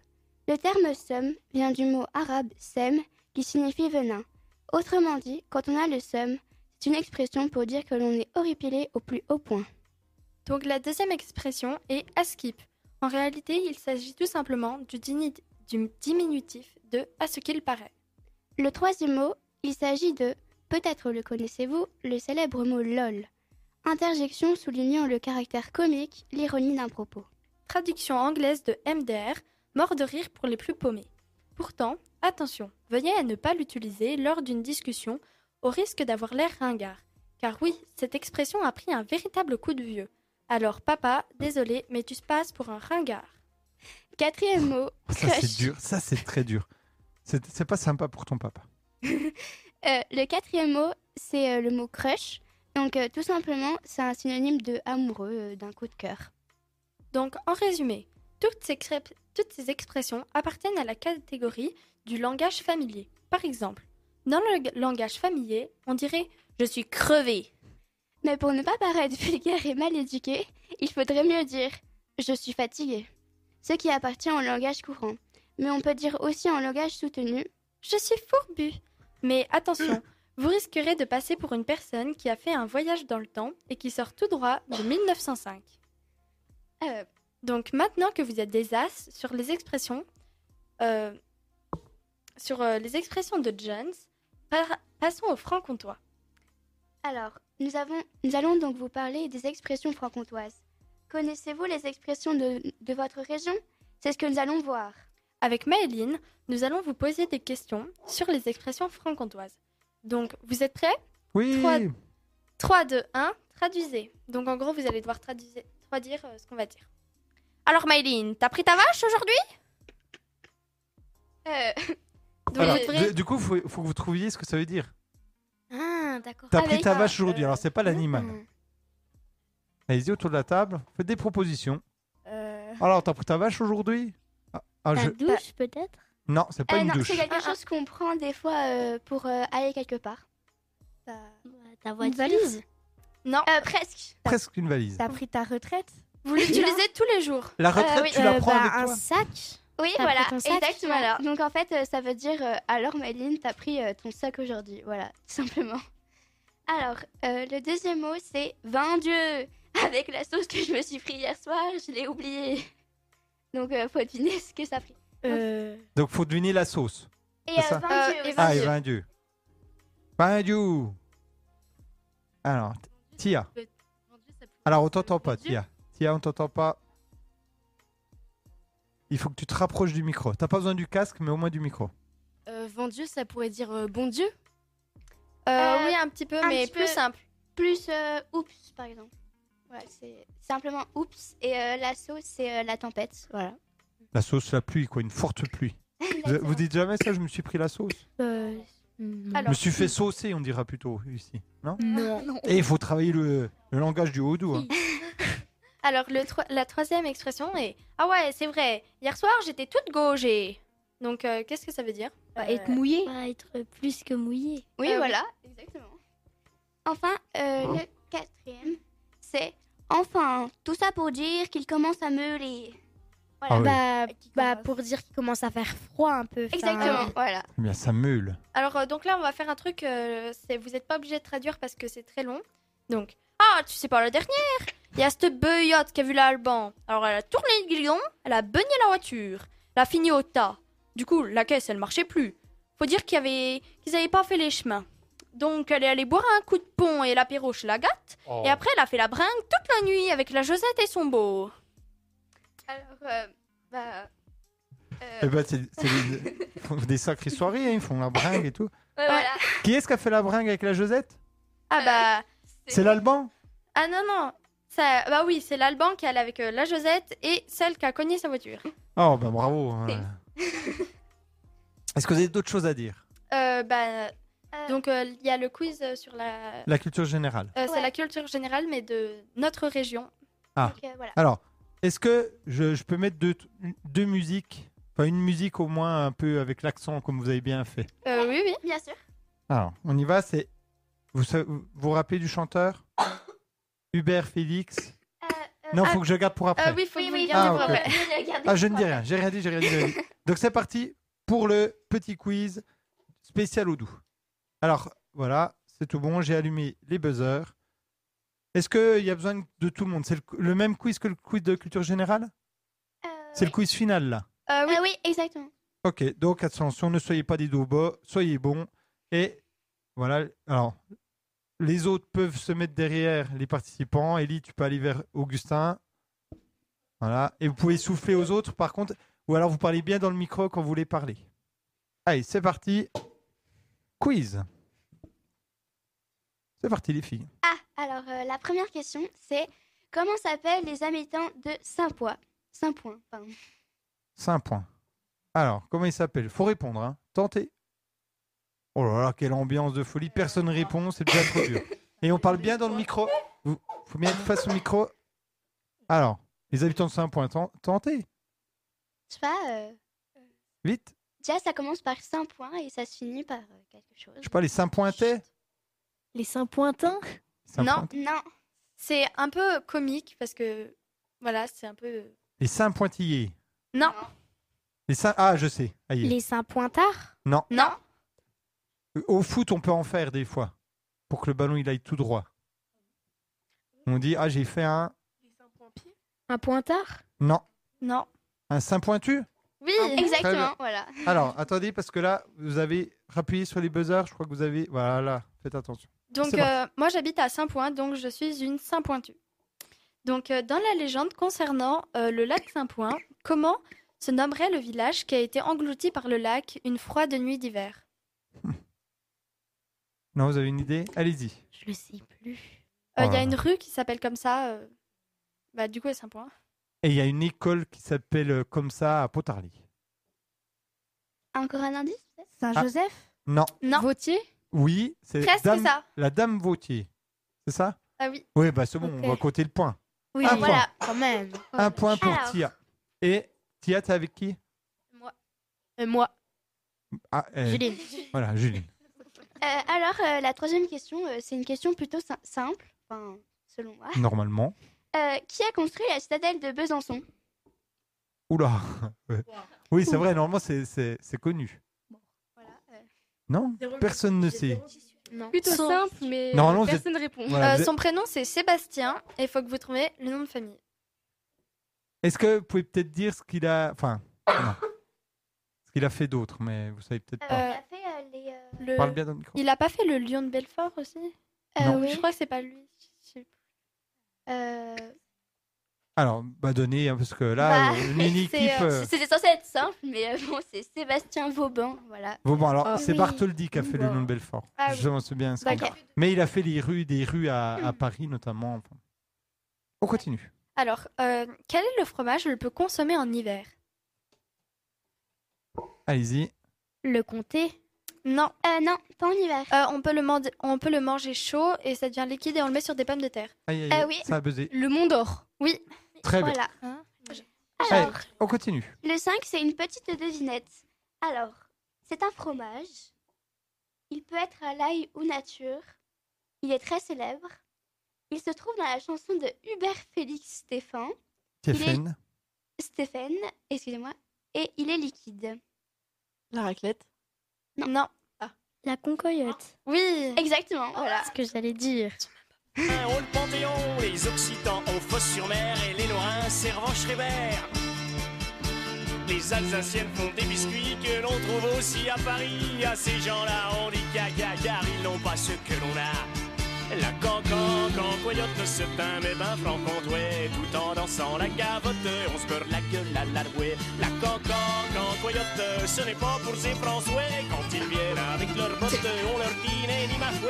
Le terme seum vient du mot arabe sem qui signifie venin. Autrement dit, quand on a le seum, c'est une expression pour dire que l'on est horripilé au plus haut point.
Donc la deuxième expression est à skip. En réalité, il s'agit tout simplement du, dini- du diminutif de à ce qu'il paraît.
Le troisième mot, il s'agit de, peut-être le connaissez-vous, le célèbre mot lol. Interjection soulignant le caractère comique, l'ironie d'un propos.
Traduction anglaise de MDR, mort de rire pour les plus paumés. Pourtant, attention, veuillez à ne pas l'utiliser lors d'une discussion au risque d'avoir l'air ringard. Car oui, cette expression a pris un véritable coup de vieux. Alors papa, désolé, mais tu passes pour un ringard.
Quatrième mot,
Ça, c'est dur. Ça, c'est très dur. C'est c'est pas sympa pour ton papa.
Euh, le quatrième mot, c'est euh, le mot crush. Donc, euh, tout simplement, c'est un synonyme de amoureux, euh, d'un coup de cœur.
Donc, en résumé, toutes ces, crêpes- toutes ces expressions appartiennent à la catégorie du langage familier. Par exemple, dans le g- langage familier, on dirait Je suis crevé.
Mais pour ne pas paraître vulgaire et mal éduqué, il faudrait mieux dire je suis fatigué. Ce qui appartient au langage courant. Mais on peut dire aussi en langage soutenu
Je suis fourbu. Mais attention, vous risquerez de passer pour une personne qui a fait un voyage dans le temps et qui sort tout droit de 1905. Euh, donc maintenant que vous êtes des as sur les expressions, euh, sur euh, les expressions de Jones, par- passons au franc-comtois.
Alors, nous, avons, nous allons donc vous parler des expressions franc-comtoises. Connaissez-vous les expressions de, de votre région C'est ce que nous allons voir.
Avec Maëline, nous allons vous poser des questions sur les expressions franc-comtoises. Donc, vous êtes prêts
Oui.
3, 2, 1, traduisez. Donc, en gros, vous allez devoir traduiser- traduire euh, ce qu'on va dire. Alors, Maïline, t'as pris ta vache aujourd'hui Euh, *laughs* donc,
Alors,
vous devrez-
du- Du coup, faut, faut que vous trouviez ce que ça veut dire.
Ah, d'accord.
T'as pris ta vache aujourd'hui, alors
Mmh.
c'est pas l'animal. Allez-y autour de la table, faites des propositions. Alors, t'as pris ta vache aujourd'hui Ah, ah, je-
douche peut-être
Non, c'est pas une
Ah Eh non,
douche.
c'est quelque chose qu'on prend des fois euh, pour euh, aller quelque part.
bah,
Ta
voiture. valise
Non.
presque.
Presque une valise.
T'as pris ta retraite
Euh,
*laughs*
Vous l'utilisez Euh, tous les jours.
La retraite, tu la prends avec toi.
sac Oui,
T'as
voilà,
pris ton sac,
exactement.
voilà.
Donc en fait, euh, ça veut dire euh, alors Maëline, t'as pris euh, ton sac aujourd'hui. Voilà, tout simplement. Alors, euh, le deuxième mot, c'est vin Dieu. Avec la sauce que je me suis pris hier soir, je l'ai oublié. Donc, euh, faut deviner ce que ça a pris.
Donc, faut deviner la sauce.
Et,
c'est
euh,
ça
vin Dieu aussi.
Ah, et vin Dieu. Vin Dieu. Alors, t- Tia. Alors, on t'entend pas, Tia. Tia, on t'entend pas. Il faut que tu te rapproches du micro. T'as pas besoin du casque, mais au moins du micro.
Euh, Vendieu, ça pourrait dire euh, bon Dieu ah,
Euh,
Oui, un petit peu,
un
mais
petit
plus
peu.
simple.
Plus euh, oups, par exemple. Voilà, c'est simplement oups. Et euh, la sauce, c'est euh, la tempête. Voilà.
La sauce, la pluie, quoi, une forte pluie. Vous- Vous dites jamais ça, je me suis pris la sauce. je me suis fait saucer, on dira plutôt ici. Non
Non. Non.
Et il faut travailler le, le langage du hein. haut doux.
Alors, le troi- la troisième expression est Ah ouais, c'est vrai, hier soir j'étais toute gaugée. Donc, euh, qu'est-ce que ça veut dire Euh,
être
mouillé Bah, Ah Être plus que mouillé.
Oui, voilà, exactement. Enfin, euh, le quatrième, c'est enfin, tout ça pour dire qu'il commence à meuler.
Ah
bah, bah, pour dire qu'il commence à faire froid un peu.
Exactement, voilà.
Eh bien, ça meule.
Alors, euh, donc là, on va faire un truc, euh, c'est- vous n'êtes pas obligé de traduire parce que c'est très long. Donc, ah, tu sais pas la dernière Il y a cette beuillotte qui a vu l'Alban. Alors, elle a tourné le guidon, elle a beugné la voiture, elle a fini au tas. Du coup, la caisse, elle marchait plus. Faut dire qu'il y avait... qu'ils avaient pas fait les chemins. Donc, elle est allée boire un coup de pont et l'apéro chez la gâte.
Oh.
Et après, elle a fait la bringue toute la nuit avec la Josette et son beau.
Alors, euh, bah. Euh.
Eh ben, c'est c'est des, *laughs* ils font des sacrées soirées, hein, ils font la bringue et tout.
voilà.
Qui est-ce qui a fait la bringue avec la Josette
Ah bah...
C'est l'Alban
Ah non, non. Ça, bah oui, c'est l'Alban qui est allé avec euh, la Josette et celle qui a cogné sa voiture.
Oh, ben bravo. hein. Est-ce que vous avez d'autres choses à dire
Euh, bah, donc, euh, il y a le quiz euh, sur la...
La culture générale.
Euh, C'est la culture générale, mais de notre région.
Ah. Alors, est-ce que je, je peux mettre deux, deux musiques Enfin, une musique au moins un peu avec l'accent, comme vous avez bien fait.
Euh, oui, oui.
Bien sûr.
Alors, on y va, c'est... Vous sa- vous vous rappelez du chanteur Hubert Félix Non, faut que je garde pour après.
euh, oui, faut Oui, que vous oui, le gardiez
ah,
pour
ok.
après. Faut le garder
Ah, je
pour
ne dis rien, j'ai rien dit, j'ai rien dit. j'ai
*laughs*
rien dit. Donc c'est parti pour le petit quiz spécial au doux. Alors, voilà, c'est tout bon, j'ai allumé les buzzers. Est-ce qu'il y a besoin de tout le monde C'est le, le même quiz que le quiz de culture générale
Euh,
C'est le quiz final, là.
euh, oui. oui, exactement.
Ok, donc attention, ne soyez pas des dobos, soyez bons. Et voilà, alors, les autres peuvent se mettre derrière les participants. Ellie, tu peux aller vers Augustin. Voilà, et vous pouvez souffler aux autres par contre, ou alors vous parlez bien dans le micro quand vous voulez parler. Allez, c'est parti. Quiz. C'est parti, les filles.
Ah, alors, euh, la première question, c'est comment s'appellent les habitants de Saint-Poix Saint-Point, pardon.
5 points. Alors, comment il s'appelle Faut répondre, hein. Tentez. Oh là là, quelle ambiance de folie. Personne répond, c'est déjà trop dur. Et on parle bien dans le micro. Vous, faut bien être face au micro. Alors, les habitants de Saint-Point, ten- tentez.
Je sais pas. euh,
Vite.
déjà, ça commence par Saint-Point et ça se finit par euh, quelque chose.
Je sais pas, les Saint-Pointais.
Les Saint-Pointins Non,
Saint-Pointin.
non. C'est un peu comique parce que, voilà, c'est un peu.
Les Saint-Pointillés.
Non,
Les Saint... Ah, je sais. Aïe.
Saint-Pointards
Non.
non.
Au foot, on peut en faire des fois. Pour que le ballon, il aille tout droit. On dit, ah, j'ai fait un...
Un pointard
Non. Ah
Non.
Un Saint-Pointu
Oui,
Très bien. Alors, attendez, parce que là, vous avez appuyé sur les buzzers. Je crois que vous avez. Voilà, faites attention.
Donc,
C'est parti.
euh, moi, j'habite à Saint-Point, donc je suis une Saint-Pointue. Donc, euh, dans la légende concernant euh, le lac Saint-Point, comment se nommerait le village qui a été englouti par le lac une froide nuit d'hiver
Non, vous avez une idée Allez-y.
Je le sais plus.
Il
Oh
Euh, y
là
a une
là.
rue qui s'appelle comme ça. euh, Bah, du coup, elle est sympa.
Et il y a une école qui s'appelle euh, comme ça à Potarly.
Encore un indice Ah.
Saint-Joseph Non.
Non. Vautier
Oui, c'est
Presque
dame-
ça.
la dame Vautier. C'est ça
Ah oui.
Oui, bah c'est bon,
Ok.
on va compter le point.
Oui,
un
voilà.
point.
Quand même.
Un point pour
Alors.
Tia. Et Tia, t'es avec qui
moi.
Ah, euh,
Juline.
Voilà, Juline.
Euh, alors, euh, la troisième question, euh, c'est une question plutôt sim- simple, enfin, selon moi.
Ah.
Normalement.
Euh, qui a construit la citadelle de Besançon
Oula. *laughs* Ouais. Oui, c'est
Ouh. euh.
vrai, normalement, c'est- c'est c'est connu. Non
Zéro-
Personne ne sait.
Plutôt
Son-
simple, mais
Normalement,
euh,
vous êtes-
personne répond.
voilà,
Euh,
vous êtes-
Son prénom, c'est Sébastien, et il faut que vous trouviez le nom de famille.
Est-ce que vous pouvez peut-être dire ce qu'il a. Enfin, non. Ce qu'il a fait d'autre, mais vous savez peut-être
Euh.
pas.
a
Ah, fait
Euh,
euh,
le...
Parle bien dans le micro.
Il a pas fait le lion de Belfort aussi
Non.
Je crois que c'est pas lui. je sais plus. Euh,
Alors, bah donnez, hein, parce que là,
Bah,
euh, une équipe.
*laughs* c'est, euh,
euh,
C'était censé être simple, mais euh, bon, c'est Sébastien Vauban, voilà.
Bon, bon, alors, c'est
Oh. Oui.
Bartholdi qui a fait le nom de Belfort.
Ah
je
oui. Hmm.
m'en souviens. c'est
D'accord.
comme ça. Mais il a fait les rues, des rues à, à Paris, notamment. enfin. On continue.
Alors, euh, quel est le fromage que l'on peut consommer en hiver
Allez-y.
Le comté Non.
Euh,
Euh,
non, pas en hiver.
on, peut le mande- on peut le manger chaud et ça devient liquide et on le met sur des pommes de terre.
Aïe,
Ah
aïe, aïe, Ça a buzzé.
Le Mont d'Or. Oui.
Très bien.
Voilà.
Allez, on continue.
Le 5, c'est une petite devinette. Alors, c'est un fromage. Il peut être à l'ail ou nature. Il est très célèbre. Il se trouve dans la chanson de Hubert Félix Stéphane. Il est-
Stéphane.
Stéphane, excusez-moi. Et il est liquide.
La raclette
Non.
La concoyote.
Ah. Oui.
Exactement, voilà.
Ah. Ce que j'allais dire.
Hein, Au Panthéon, les Occitans aux Fosses-sur-Mer et les Lorrains servant Schreiber. Les Alsaciennes font des biscuits que l'on trouve aussi à Paris. À ces gens-là, on dit gaga, car ils n'ont pas ce que l'on a. La cancan, cancoyote se teint, mais ben franc ouais, tout en dansant la gavotte, on se beurre la gueule à la rouée. La cancan, cancoyote, ce n'est pas pour ces François, quand ils viennent avec leurs bottes, on leur dit Né, ni ma fouet.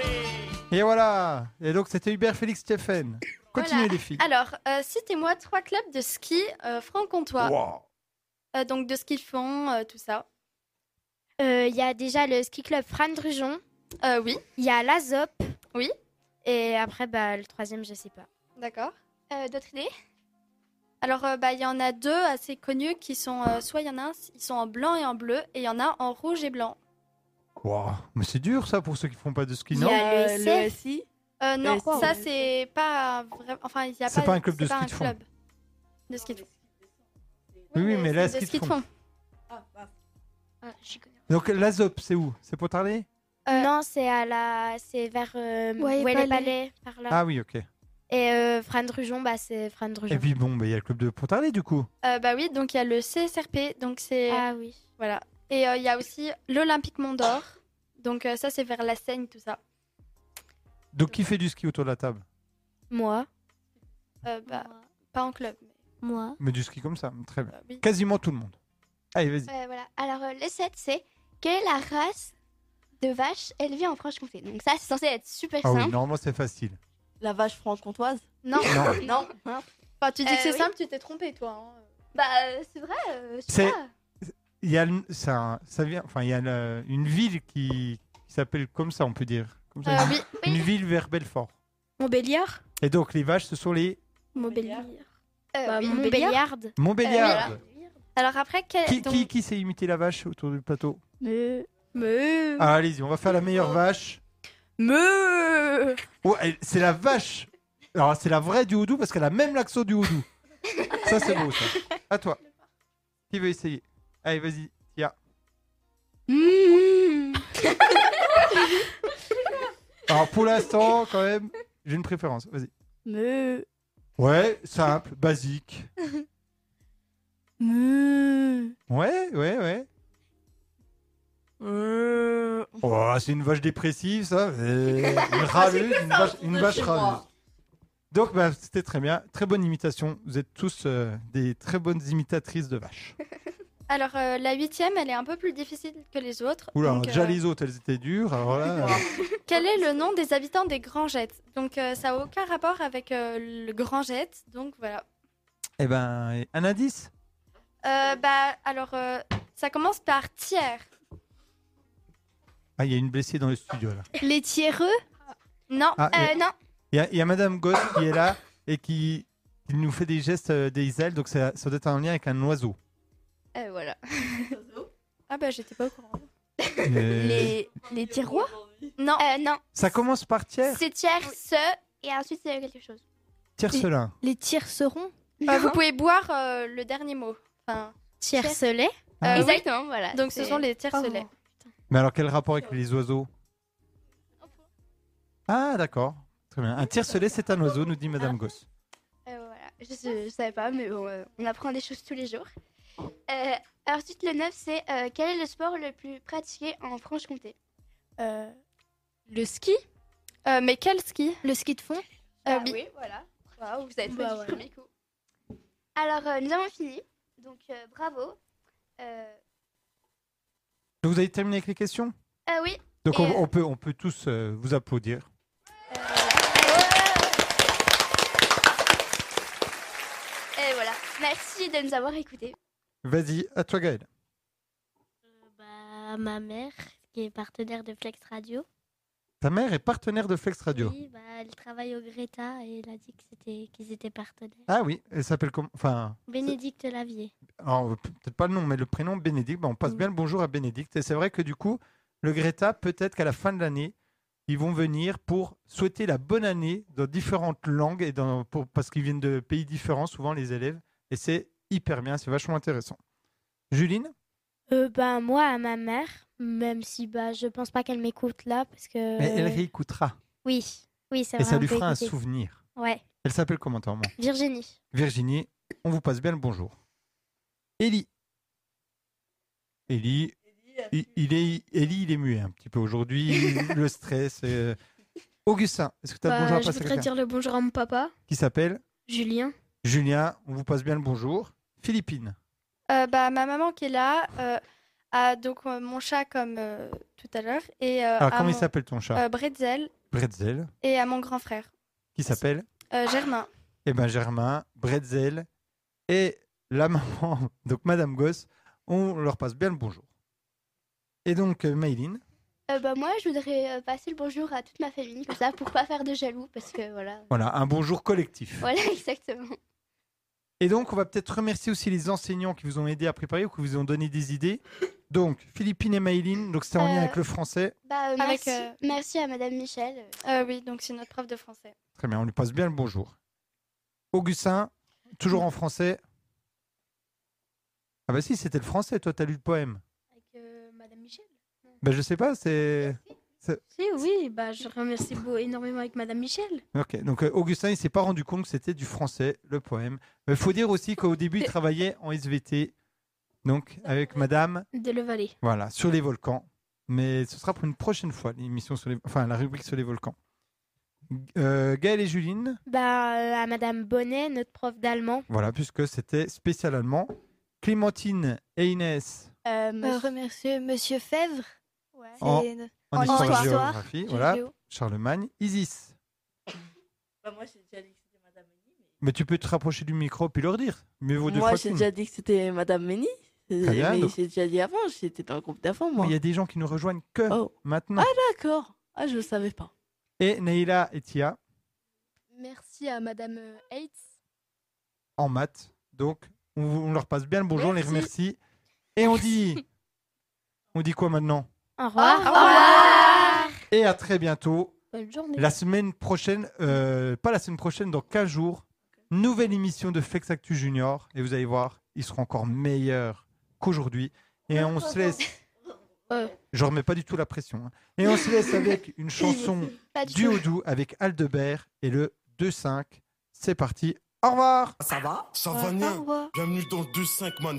Et voilà. Et donc, c'était Hubert Félix Stéphane. Continuez,
Voilà.
les filles.
Alors, euh, citez-moi trois clubs de ski euh, franc-comtois.
Wow.
Euh, donc, de ce qu'ils font, euh, tout ça.
Euh, Il y a déjà le ski club Fran Drujon.
Euh, oui.
Il y a l'Azop.
Oui.
Et après, bah, le troisième, je sais pas.
D'accord. Euh, D'autres idées Alors, euh, bah, il y en a deux assez connus qui sont. euh, soit il y en a un, ils sont en blanc et en bleu, et il y en a en rouge et blanc.
Wow. Mais c'est dur, ça, pour ceux qui font pas de ski,
Il
*laughs*
y
non
a le SF. Le
SI
Euh, non,
Wow.
ça c'est pas vrai. Enfin, il y a
C'est pas un club
c'est
de
pas
ski
un
de fond.
club de ski de fond.
Oui, oui, mais là,
de
ce
ski
qu'ils
de
font.
fond.
Ah, bah.
Donc, l'Azop, c'est où C'est Potarlé
Non, c'est à la, c'est vers euh,
Ouais,
ouais, les
Palais.
palais par là.
Ah oui, ok.
Et euh, Fran Drujon, bah c'est Fran Drujon.
Et puis, bon, bah, il y a le club de Potarlé, du coup.
Euh, bah oui, donc il y a le CSRP, donc c'est.
Ah oui.
Voilà. Et euh, il y a aussi l'Olympique Mont d'Or. Donc euh, ça c'est vers la Seine, tout ça.
Donc, qui fait du ski autour de la table
Moi.
Euh, bah, pas en club.
Moi.
Mais du ski comme ça, très bien.
Bah, oui.
Quasiment tout le monde. Allez, Eh, vas-y.
Euh, voilà. Alors, euh, le 7, c'est quelle est la race de vache élevée en Franche-Comté Donc, ça, c'est censé être super
Ah oui,
simple.
normalement, c'est facile.
La vache franc-comtoise
Non.
Non.
Enfin, tu dis que
Euh,
c'est
oui.
simple, tu t'es trompé toi. hein.
Bah, euh, c'est vrai. euh, je sais
C'est-
pas.
Il y a, le- c'est un- ça vient, enfin, il y a le- une ville qui, qui s'appelle comme ça, on peut dire. Comme ça,
Euh,
une,
oui,
une ville vers Belfort.
Montbéliard
Et donc, les vaches, ce sont les
Montbéliard.
Euh, oui.
Montbéliardes.
Alors après, quel...
qui,
Euh, donc-
qui, qui sait imiter la vache autour du plateau
Me. Me.
Ah, Allez-y, on va faire la meilleure vache.
Me.
Oh, elle- c'est la vache. Alors, c'est la vraie du Houdou parce qu'elle a même l'accent du Houdou. ça, c'est beau, ça. À toi. Qui veut essayer Allez, vas-y, Tia. Alors, pour l'instant, quand même, j'ai une préférence. Vas-y.
Me.
Ouais, simple, basique. Mmh.
Me.
Ouais, ouais, ouais. Oh, c'est une vache dépressive, ça.
*laughs*
Euh, Une râleuse, une vache, une vache râleuse. Donc, bah,
*laughs*
c'était très bien. Très bonne imitation. Vous êtes tous euh, des très bonnes imitatrices de vaches.
Alors, euh, la huitième, elle est un peu plus difficile que les autres.
Oula,
donc,
déjà
*laughs* euh,
les autres, elles étaient dures. Alors
*laughs*
là, euh,
Quel est le nom des habitants des Grands Jets Donc, euh, ça n'a aucun rapport avec euh, le Grand Jet. Donc, voilà.
eh ben, un indice
Euh, bah, alors, euh, ça commence par tiers.
Ah, il y a une blessée dans le studio là.
Les tiers Non,
Ah,
euh,
il y
non.
a- Il y a- il y, a Madame Gosse qui est là et qui, qui nous fait des gestes, euh, des ailes, donc ça, ça doit être un lien avec un oiseau.
Euh, voilà. ah, bah, j'étais pas au courant.
Euh,
les tiroirs Non, Euh, non.
Ça commence par tiers,
C'est tiers, ce,
et ensuite c'est quelque chose.
tiercelin.
Les tiercerons
Non.
Vous pouvez boire euh, le dernier mot. Enfin,
Tiercelet
Euh, oui.
Exactement, voilà.
Donc ce
C'est-
sont les tiercelets.
Mais alors quel rapport avec les oiseaux Ah, d'accord. Très bien. Un tiercelet, c'est un oiseau, nous dit Madame Gosse.
Euh, voilà. Je, sais- je savais pas, mais bon, euh, on apprend des choses tous les jours. Euh, ensuite, le 9, c'est euh, quel est le sport le plus pratiqué en Franche-Comté Euh,
Le ski Euh, Mais quel ski Euh, Le ski de fond
Ah oui, voilà. Waouh, vous avez trouvé
Bah
du
voilà.
premier coup. Alors, euh, nous avons fini. Donc, euh, bravo. Euh,
Donc, vous avez terminé avec les questions
ah oui.
Donc
Et,
on,
euh,
on peut, on peut tous euh, vous applaudir.
et voilà. Merci de nous avoir écoutés.
Vas-y, à toi Gaël.
Bah, ma mère, qui est partenaire de Flex Radio,
Ta mère est partenaire de Flex Radio.
oui, bah, elle travaille au Greta et elle a dit que c'était- qu'ils étaient partenaires.
Ah oui, elle s'appelle comment Enfin,
Bénédicte Lavier.
alors, peut- peut-être pas le nom, mais le prénom Bénédicte. Ben, on passe bien le bonjour à Bénédicte. Et c'est vrai que du coup, le Greta, peut-être qu'à la fin de l'année, ils vont venir pour souhaiter la bonne année dans différentes langues et dans, pour, parce qu'ils viennent de pays différents, souvent les élèves. Et c'est hyper bien, c'est vachement intéressant. Juline
Euh, bah, moi, à ma mère, même si bah, je pense pas qu'elle m'écoute là, parce que.
Mais elle réécoutera.
Euh, Oui, oui, c'est
Et
vrai.
ça
on
lui
peut
fera un
écouter.
souvenir.
Ouais,
Elle s'appelle comment toi, maman
Virginie.
Virginie, on vous passe bien le bonjour. Élie. Élie, il, il est, Élie, il est muet un petit peu aujourd'hui. le stress. euh. Augustin, est-ce que tu as
Bah,
le bonjour à
je
passer à
voudrais
quelqu'un
dire le bonjour à mon papa,
Qui s'appelle
Julien.
Julien, on vous passe bien le bonjour. Philippine.
Euh, bah, ma maman qui est là euh, a donc euh, mon chat comme euh, tout à l'heure. et euh,
Alors,
à
Ah, comment il
mon-
s'appelle ton chat
euh, Bretzel
Bretzel.
et à mon grand frère,
Qui s'appelle
Ah.
euh, Germain.
Eh ben Germain, Bretzel et la maman, *laughs* donc Madame Gosse, on leur passe bien le bonjour. Et donc, euh, Mayline.
Euh, bah, moi, je voudrais euh, passer le bonjour à toute ma famille, comme ça, pour pas faire de jaloux, parce que voilà. *laughs*
Voilà, un bonjour collectif.
Voilà, exactement.
Et donc, on va peut-être remercier aussi les enseignants qui vous ont aidé à préparer ou qui vous ont donné des idées. Donc, Philippine et Maïline, donc c'était en lien
Euh,
avec le français.
Bah, euh,
Avec,
merci,
euh,
merci à Madame Michel.
oui, donc c'est notre prof de français.
Très bien, on lui passe bien le bonjour. Augustin, toujours en français. Ah bah si, c'était le français, toi, t'as lu le poème.
euh, Madame Michel
Bah je sais pas, c'est... c'est-
Si, oui, bah, je remercie beau- énormément avec Madame Michel.
Ok, donc euh, Augustin, il s'est pas rendu compte que c'était du français, le poème. Il faut dire aussi qu'au début, il travaillait en SVT, donc avec Madame...
De Le Valais.
Voilà, sur les volcans. Mais ce sera pour une prochaine fois, l'émission sur les... enfin, la rubrique sur les volcans. Euh, Gaël et Juline,
Bah, euh, à Madame Bonnet, notre prof d'allemand.
voilà, puisque c'était spécial allemand. Clémentine et Inès
Euh,
Euh,
remercier Monsieur Fèvre.
en,
C'est-
en
en
histoire et
histoire.
géographie.
Histoire,
Voilà,
géo.
Charlemagne, Isis.
Bah, moi, j'ai déjà dit que c'était Madame Méni.
Mais tu peux te rapprocher du micro puis leur dire. Mieux vaut deux
Moi,
fois
j'ai
qu'une.
déjà dit que c'était Madame Méni.
Très bien,
Mais
donc-
j'ai déjà dit avant, j'étais dans le groupe d'avant, moi. Oh.
Il y a des gens qui nous rejoignent que maintenant.
D'accord. Ah, je savais pas.
Et Neila et Tia
Merci à Madame euh, Hates.
en maths. Donc, on, vous- on leur passe bien le bonjour, on les remercie. Et on dit.
*laughs*
on dit quoi maintenant
Au revoir.
Et à très bientôt.
Bonne journée.
La semaine prochaine, euh, pas la semaine prochaine, dans 15 jours, nouvelle émission de Flex Actu Junior. Et vous allez voir, ils seront encore meilleurs qu'aujourd'hui. Et on se laisse. Je remets pas du tout la pression. hein. Et on se
*laughs*
laisse avec une chanson
Pas du
du
tout.
Houdou avec Aldebert et le 2-5. C'est parti. Au revoir.
Ça va Ça va,
Ouais,
Nia
au revoir.
Bienvenue dans le 2-5, man.